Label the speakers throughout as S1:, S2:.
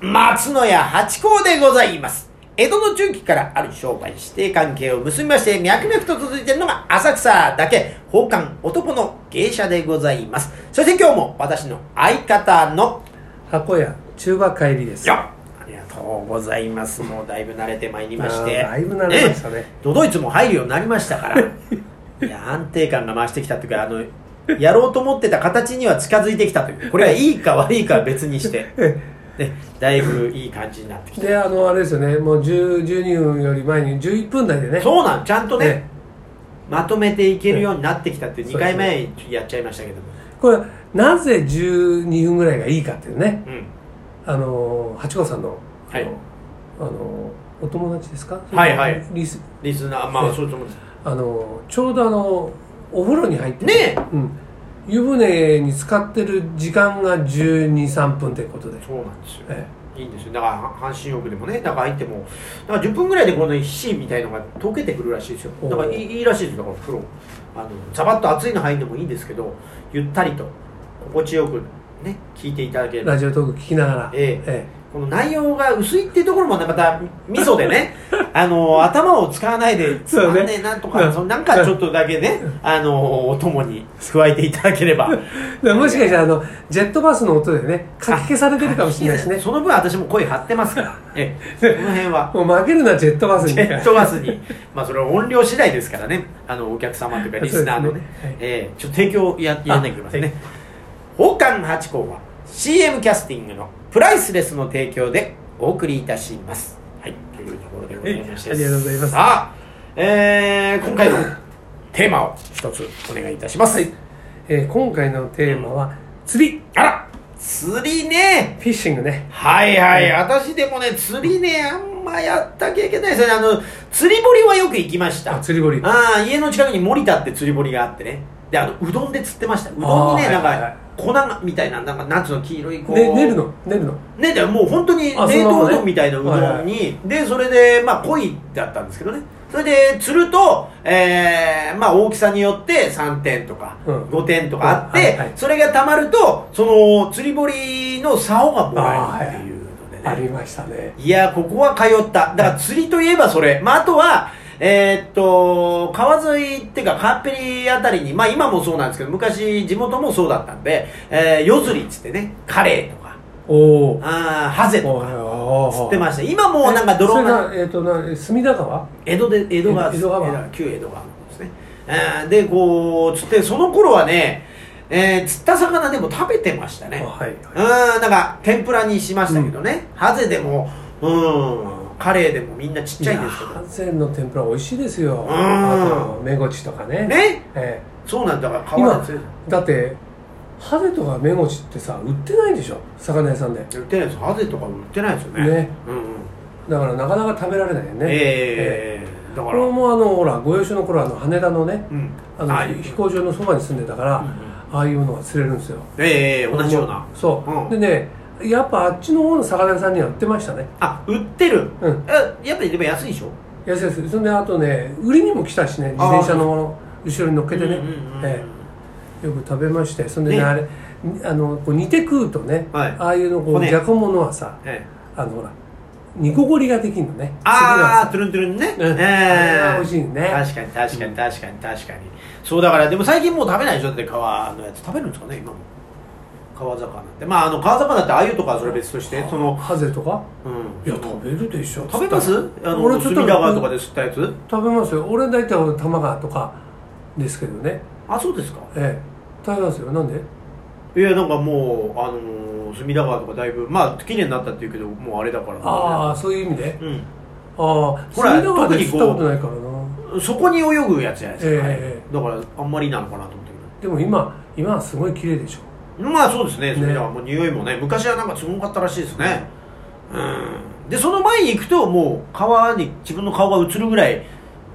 S1: 松野屋八甲でございます。江戸の中期からある商売指定関係を結びまして、脈々と続いているのが浅草だけ、宝冠男の芸者でございます。そして今日も私の相方の、
S2: 箱屋中華帰りです
S1: よっありがとうございます。もうだいぶ慣れてまいりまして。
S2: あーだいぶ慣れましたね
S1: ドドイツも入るようになりました から。いや、安定感が増してきたというか、あの、やろうと思ってた形には近づいてきたという。これがいいか悪いかは別に して。ね、だいぶいい感じになってき
S2: であのあれですよねもう10 12分より前に11分台でね
S1: た。そうなん、ちゃんとね、
S2: ね
S1: まとめていけるようになってきたって、
S2: ね
S1: 2回目やっちゃいましたけども。
S2: これなぜ12分ぐらいがいいかっていうね
S1: うん。
S2: あのー八甲さんのあの、
S1: はい
S2: あのーお友達ですか
S1: はいはい
S2: リス
S1: リスナー、まあ、そうと思う
S2: あのーちょうどあのお風呂に入って
S1: ねえ
S2: うん、湯船に浸かってる時間が123分ということで、
S1: そうなんですよ。
S2: え
S1: いいんですよだから半身浴でもねだから入ってもだから10分ぐらいでこの皮脂みたいのが溶けてくるらしいです
S2: お
S1: よ
S2: ー
S1: だからいいいいらしいですだから風呂あのザバッと熱いの入るのもいいんですけどゆったりと心地よくね聞いていただけ
S2: え
S1: れば
S2: ラジオトーク聞きながら、
S1: ええ
S2: え
S1: この内容が薄いっていうところもねまた味噌で ねあの頭を使わないでつ
S2: そう
S1: ま
S2: ね
S1: んねえなと
S2: う
S1: か
S2: ん
S1: そのなんかちょっとだけねあのお供に加えていただければ
S2: でもしかしたらあのジェットバスの音でねかき消されてるかもしれないしね
S1: その分私も声張ってますからええその辺は
S2: もう負けるなジェットバスに
S1: ジェットバスに、まあ、それは音量次第ですからね、あのお客様というか、リスナーのね、
S2: そうですねはい
S1: えーちょっと提供ややらなきゃいけませんね。宝冠八甲は CM キャスティングのプライスレスの提供でお送りいたします。はい、というところでございまして、
S2: はいありがとうございます
S1: さあ、えー今回のテーマを一つお願いいたします。
S2: えー今回のテーマは釣り
S1: あら、釣りね
S2: フィッシングね
S1: はいはい、
S2: うん
S1: 私でもね、釣りね、あんまやったきゃいけないですね。あの、釣り堀はよく行きました。
S2: あ釣り堀
S1: ああ、家の近くに森田って釣り堀があってね。で、あの、うどんで釣ってました。うどんにね、
S2: あー
S1: なん
S2: はいはいは
S1: か
S2: い、
S1: 粉がみたいな、なんか、夏の黄色い、こう。
S2: で練るの練るの
S1: ね、でもう本当に冷
S2: あその
S1: 凍
S2: まま
S1: う
S2: ね
S1: どんみたいなうど
S2: はいは
S1: んに、で、それで、まあ、濃いだったんですけどね。それで、釣ると、えー、まあ、大きさによって3点とか、
S2: うん
S1: 5点とかあって、
S2: はいはい
S1: それが溜まると、その、釣り堀の竿がもらえるっていうのでね。
S2: ありましたね
S1: いやー、ここは通った。だから釣りといえばそれ。まあ、あとは、えーっと、川沿いっていうか、カーペリあたりに、まあ今もそうなんですけど、昔地元もそうだったんで、えー、夜釣りっつってね、カレイとか、
S2: おお
S1: あーハゼとか、
S2: お
S1: 釣ってました。今もうなんか泥
S2: それ
S1: が、
S2: がえっ、とな隅田川
S1: 江戸で、江戸川です、
S2: 江戸川
S1: 旧江戸川の方ですね。えーで、こう、釣って、その頃はね、えー釣った魚でも食べてましたね。
S2: あはいはい
S1: うん、なんか天ぷらにしましたけどね、ハゼでも、うん、カレーでもみんなちっちゃいんですけ
S2: やー
S1: ど
S2: ハ、ゼの天ぷら美味しいですよ
S1: ん
S2: あとメゴチとかね
S1: ね
S2: え
S1: そうなんだから、
S2: え
S1: 川で釣れ
S2: 今だってハゼとかメゴチってさ売ってないでしょ魚屋さんで
S1: 売ってないです、ハゼとか売ってないですよね。
S2: ね
S1: うんうん、
S2: だからなかなか食べられないよねえ
S1: ええだか
S2: えこ
S1: ら、
S2: れもあのほらご養所の頃あの羽田のね
S1: うん、
S2: あの
S1: ああいう
S2: 飛行場のそばに住んでたから、
S1: うんうん
S2: ああいうのが釣れるんですよ
S1: ええ同じような。
S2: そう、
S1: うん
S2: でねやっぱあっちの方の魚屋さんには売ってましたね
S1: あ、売ってる。
S2: うん
S1: え、やっぱりでも安いでしょ
S2: 安いですそれであとね売りにも来たしね自転車の後ろに乗っけてね、
S1: うんうんうんうん
S2: ええよく食べましてそれでね
S1: ね
S2: あれにあのこう煮て食うとね、
S1: はい
S2: ああいうのこう
S1: 骨
S2: じゃこものはさ
S1: ええ
S2: あのほら煮こごりができるのね
S1: ああ、トゥ
S2: 次の朝
S1: ルントゥルンね。
S2: うんあれは美味しいね
S1: 確かに確かに確かに確かに。そうだから、でも最近もう食べないでしょだって川のやつ。食べるんですかね、今も。川魚って。まあ、あの、川魚って鮎とかはそれは別として、その、
S2: ハゼとか
S1: うん。
S2: いや食べるでしょ
S1: 食べますあ
S2: 俺
S1: の、
S2: ちょっと
S1: 隅田川とかで吸ったやつ
S2: 食べますよ俺大体俺玉川とかですけどね
S1: あ、そうですか。
S2: ええ食べますよなんで
S1: いや、なんかもう、あのー、隅田川とかだいぶ、まあ、綺麗になったっていうけど、もうあれだから。
S2: ああそういう意味で
S1: うん。
S2: ああ
S1: ほら
S2: 隅田川で
S1: 特にこう
S2: 釣ったことないからな
S1: そこに泳ぐやつじゃないですか。は
S2: え
S1: いだから、あんまりなのかなと思ったけど。
S2: でも今今はすごい綺麗でしょ
S1: まあそうですね、
S2: ね
S1: それはもう匂いもね、昔はなんかすごかったらしいですね。うん。で、その前に行くと、もう川に自分の顔が映るぐらい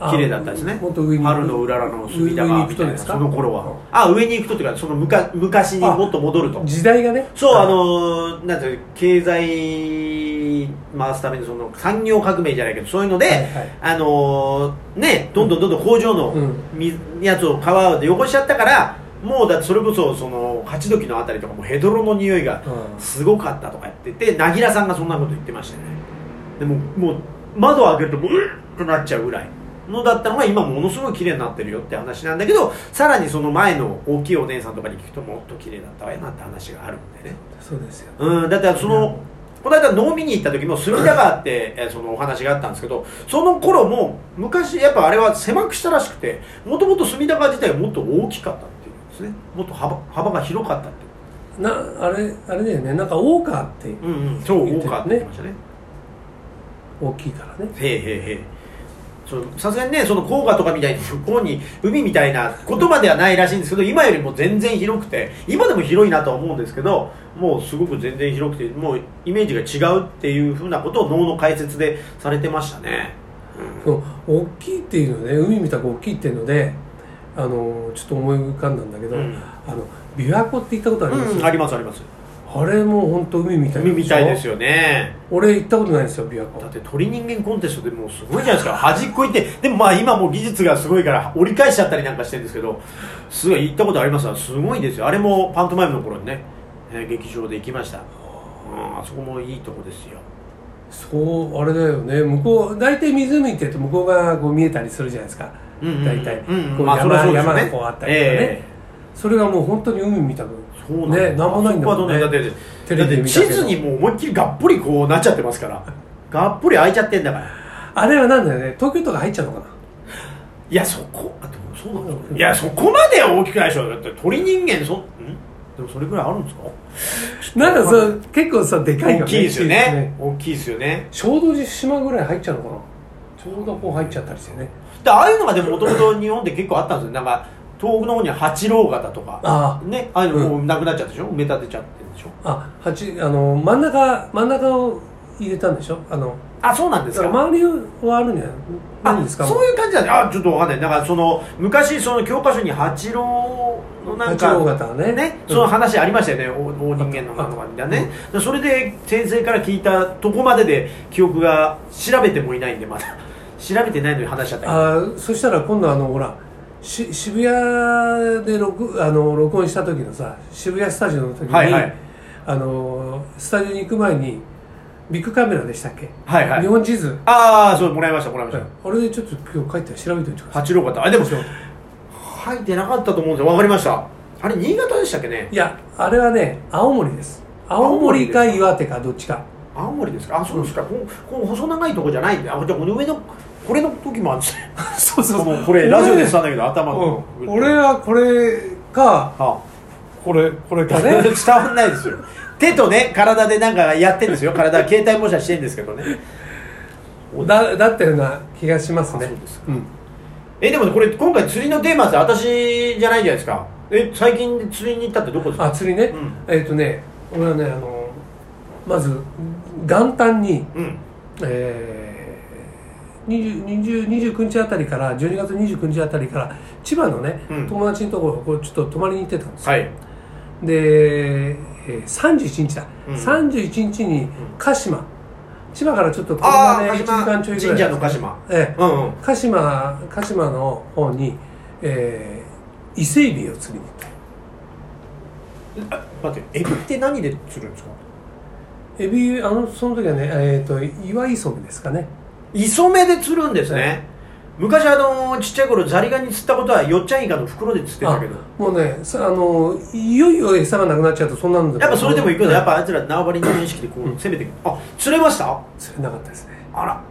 S2: あ
S1: 綺麗だったですね。
S2: もっと上に
S1: 春のうららの隅田川みたい
S2: 上に行くとで
S1: な、
S2: すか
S1: その頃は。あ、上に行くとっていうか、そのむか昔にもっと戻ると。
S2: 時代がね
S1: そう、あのーなんていうの経済回すためにその産業革命じゃないけど、そういうので、
S2: はいはい
S1: あのーね、どんどんどんどん工場の
S2: うん
S1: 水、やつを川で汚しちゃったから、もうだってそれこそその勝どきのあたりとかもヘドロの匂いが
S2: うん
S1: すごかったとか言っててなぎらさんがそんなこと言ってましたねでももう窓を開けるともううんとなっちゃうぐらいのだったのが今ものすごい綺麗になってるよって話なんだけどさらにその前の大きいお姉さんとかに聞くともっと綺麗だったわよなんて話があるんでね
S2: そうですよ
S1: うんだってそのこの間能見に行った時も隅田川 ってえーそのお話があったんですけどその頃も昔やっぱあれは狭くしたらしくてもともと隅田川自体はもっと大きかったっていうんですねもっと幅幅が広かったって
S2: なあれあれだよねなんかウォーカーって
S1: うんうんそう
S2: 言っ
S1: 多
S2: て
S1: かった
S2: た
S1: って言
S2: ね
S1: ってましたね
S2: 大きいからね
S1: へえへえへえそうさすがにねその甲賀とかみたいに向こうに海みたいなことまではないらしいんですけど今よりも全然広くて今でも広いなとは思うんですけどもうすごく全然広くてもうイメージが違うっていうふうなことを能の解説でされてましたね、
S2: その大きいっていうので海見たく大きいっていうのであのちょっと思い浮かんだんだけど、
S1: うん
S2: あの琵琶湖って行ったことあります、
S1: うん、ありますあります
S2: あれも本当海みたいな
S1: 海みたいです
S2: よ
S1: よね
S2: 俺行ったことないんですよ琵琶湖
S1: だって鳥人間コンテストでもうすごいじゃないですか端っこ行ってでもまあ今もう技術がすごいから折り返しちゃったりなんかしてるんですけどすごい行ったことありますわすごいですよあれもパントマイムの頃にね、えー劇場で行きましたうんあそこもいいとこですよ
S2: そうあれだよね向こう大体湖って言うと向こうがこう見えたりするじゃないですか、
S1: うんうんうん
S2: 大体、
S1: うんうん
S2: こう
S1: まあ
S2: 山,、
S1: そりゃそうですよね
S2: 山がこうあったりとかね、
S1: え
S2: それがもう本当に海見たく
S1: そうなん
S2: ねなんもないんだ
S1: だ
S2: もんね
S1: だって
S2: テレビで
S1: だっ
S2: 見
S1: て
S2: たけど
S1: 地図にもう思いっきりがっぽりこうなっちゃってますからがっぽり開いちゃってんだから
S2: あれはなんだよね東京とか入っちゃうのかない
S1: やそこあでもそうなんですかねいやそこまでは大きくないでしょだって鳥人間そんでもそれぐらいあるんですか
S2: なんかそう結構さでかいよね
S1: 大きいですよね大きいですよね
S2: ちょうど島ぐらい入っちゃうのかなちょうどこう入っちゃったりしてね
S1: でああいうのがでももともと日本で結構あったんですよなんか東北の方には八郎型とか
S2: あ
S1: ねああいうのもうなくなっちゃったでしょ、埋め立てちゃってるでしょ
S2: ああ八あの真ん中真ん中を入れたんでしょあの
S1: あそうなんで
S2: だ
S1: す
S2: から
S1: か
S2: 周りはあるんじゃない
S1: あ
S2: ないんですか
S1: そういう感じなんであちょっとわかんないだからその昔その教科書に八郎のなんか
S2: 八郎型はね
S1: ね
S2: うん
S1: その話ありましたよね、大大人間のなんとかみたいなね、でそれで先生から聞いたとこまでで記憶が調べてもいないんでまだ 調べてないのに話しちゃったけど
S2: あーそしたら今度あのほらし渋谷で録あの録音した時のさ渋谷スタジオの時に、
S1: はいはい
S2: あのスタジオに行く前にビッグカメラでしたっけ、
S1: はいはい
S2: 日本地図
S1: ああそうもらいましたもらいました、
S2: あれでちょっと今日帰ったら調べてみてください
S1: 八郎方あでも
S2: そう
S1: 入ってなかったと思うんですよわかりましたあれ新潟でしたっけね
S2: いやあれはね青森です青森か岩手かどっちか
S1: 青森ですかあそうですか、こうこう細長いとこじゃないんであじゃあこの上のこれの時もあるんですね
S2: そう そ
S1: もうこれラジオでしたんだけど頭の、
S2: うん、俺はこれか
S1: は
S2: これこれ
S1: あ、
S2: か
S1: 伝
S2: ね
S1: わんないですよ手とね体でなんかやってるんですよ体携帯模写してるんですけどね
S2: だだったような気がします
S1: あ
S2: ね
S1: そうです
S2: うん
S1: えでもこれ今回釣りのテーマって私じゃないじゃないですかえ最近釣りに行ったってどこですか
S2: あ釣りね、
S1: うん
S2: えっ、とね俺はねあのまず元旦に、
S1: うん
S2: えー、20 20 29日あたりから12月29日あたりから千葉のね、
S1: うん
S2: 友達のところこうちょっと泊まりに行ってたんですよ、
S1: はい
S2: で、えー、31日だ、
S1: うん
S2: 31日に鹿島、千葉からちょっと
S1: あ
S2: 車
S1: あ
S2: で1時間ちょい
S1: 神
S2: ぐらい
S1: 社の鹿島
S2: ええ
S1: うんうん
S2: 鹿島鹿島の方に、えー、伊勢海老を釣りに行った
S1: あ待ってエビって何で釣るんですか
S2: エビあのその時はね、えー、と岩磯部ですかね
S1: 磯目で釣るんですね昔あのちっちゃい頃ザリガニ釣ったことはよっちゃんイカの袋で釣ってたけど
S2: あもうねさあのいよいよ餌がなくなっちゃうとそんなのでも
S1: やっぱそれでも行くん
S2: う
S1: だ
S2: ん
S1: やっぱあいつら縄張りの意識でこう攻めていくあ釣れました
S2: 釣れなかったですね
S1: あら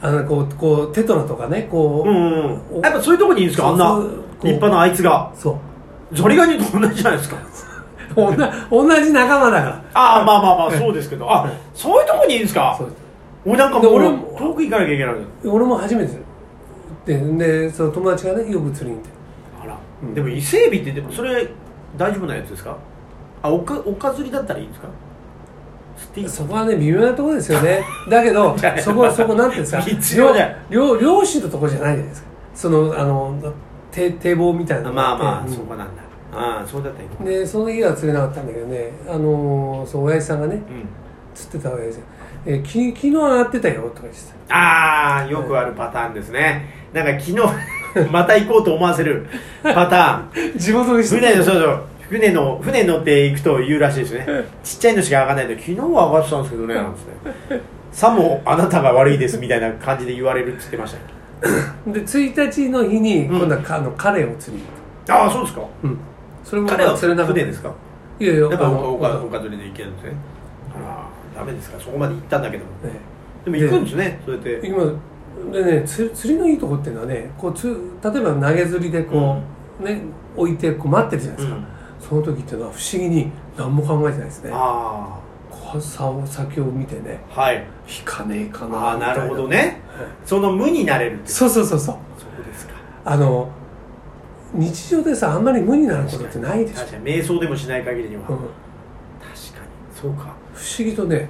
S2: あのこうこうテトラとかねこう、
S1: うんうんやっぱそういうとこにいるんですかあんな
S2: そうそう
S1: 立派なあいつが
S2: そう
S1: ザリガニと同じじゃないですか
S2: おな同じ仲間だから
S1: ああまあまあまあそうですけどあそういうとこにいるんですか
S2: そうです
S1: 俺なんかもう
S2: で俺も
S1: 遠く行かなきゃいけないの
S2: 俺も初めてででその友達がねよく釣りに行って
S1: あら、
S2: うん
S1: でも伊勢海老ってでもそれ大丈夫なやつですかあおかおかずりだったらいいんですか釣っていい
S2: そこはね微妙なところですよねだけ ど
S1: じゃあ
S2: そこはそこなんていうんですか
S1: 必要だよ
S2: 漁漁漁師のとこじゃないじゃないですかそのあの堤堤防みたいな
S1: あ
S2: の
S1: まあまあ、
S2: って
S1: そこなんだああそうだったらいいの
S2: うんでその日は釣れなかったんだけどねあのーそう親父さんがね
S1: うん
S2: 釣ってた親父さん、えー、き昨日上がってたよとか言ってた
S1: ああよくあるパターンですねなんか昨日 また行こうと思わせるパターン。
S2: 地元の人
S1: 船の、そうそう。船の、船に乗って行くと言うらしいですね。ちっちゃいのしか上がらないと、昨日は上がってたんですけどね、なんつって。さもあなたが悪いですみたいな感じで言われるって言ってましたよ
S2: で1日の日に
S1: うん
S2: 今度はかあの彼を釣りに
S1: ああ、そうですか。
S2: 行く、うん、それもまあ
S1: 彼は釣
S2: 釣
S1: れ
S2: れな
S1: な
S2: く
S1: く
S2: て
S1: てですか
S2: いやいや
S1: やっぱ
S2: あ
S1: 他
S2: の
S1: 他他釣りで行けるんですね。あら、ダメですか。そこまで行ったんだけども。で
S2: え
S1: も行くんですね、そうやっ
S2: え
S1: て。
S2: 今でね釣釣りのいいとこっていうのはねこうつ例えば投げ釣りでこう、ね置いてこう待ってるじゃないですか、
S1: うん
S2: その時っていうのは不思議に何も考えてないですね
S1: あ
S2: こう竿先を見てね
S1: あ、はい。
S2: 引かねえか
S1: あ
S2: な
S1: あ、
S2: みた
S1: ないるほどね。その無になれるっていう
S2: そうそうそうそ
S1: そ
S2: う
S1: こですか。
S2: あの日常でさあんまり無になることってないでしょ
S1: 確、かに瞑想でもしない限りには、
S2: うん
S1: 確かにそうか
S2: 不思議とね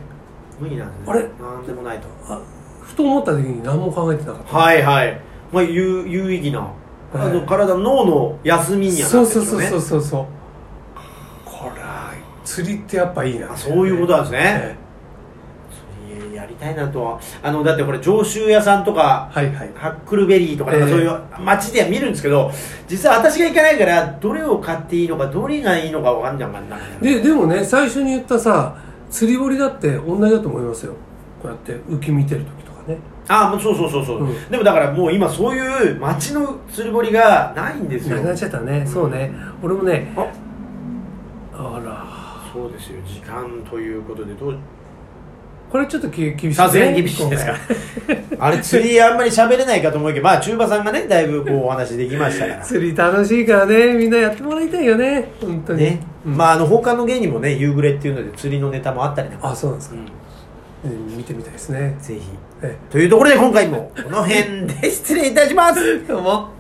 S1: 無理なんですね
S2: あれ
S1: なんでもないと
S2: あふと思った時に何も考えてなかった
S1: はいはいまあ有有意義な、あの体脳の休みにはな
S2: そ
S1: っ
S2: う
S1: てる
S2: そ
S1: ん
S2: う
S1: ですよね
S2: そうそうそうそうこれは釣りってやっぱいいな、
S1: あそういうことなんですね、
S2: え
S1: 釣りやりたいなとはあのだってこれ常習屋さんとか
S2: はいはい
S1: ハックルベリーとかなんか
S2: ええ
S1: そういう街では見るんですけど、実は私が行かないからどれを買っていいのかどれがいいのかわかんないかな
S2: ででもね最初に言ったさ釣り堀だって同じだと思いますよこうやって浮き見てる時とかね
S1: ああもうそうそうそうそう、
S2: うん
S1: でもだからもう今そういう街の釣り堀がないんです
S2: な
S1: よ
S2: くなっちゃったね、そうね俺もね
S1: あ
S2: あ
S1: そうですよ時間ということでどう
S2: らこれちょっとき厳しいね
S1: さすがに厳しいですかあれ釣りあんまり喋れないかと思うけどまあ中馬さんがねだいぶこうお話できましたから
S2: 釣り楽しいからねみんなやってもらいたいよね本当に
S1: ね、まああの他の芸人もね夕暮れっていうので釣りのネタもあったりとか、
S2: あそうなんですか、うん見てみたいですね
S1: ぜひ
S2: え
S1: というところで今回もこの辺で失礼いたします
S2: えどうも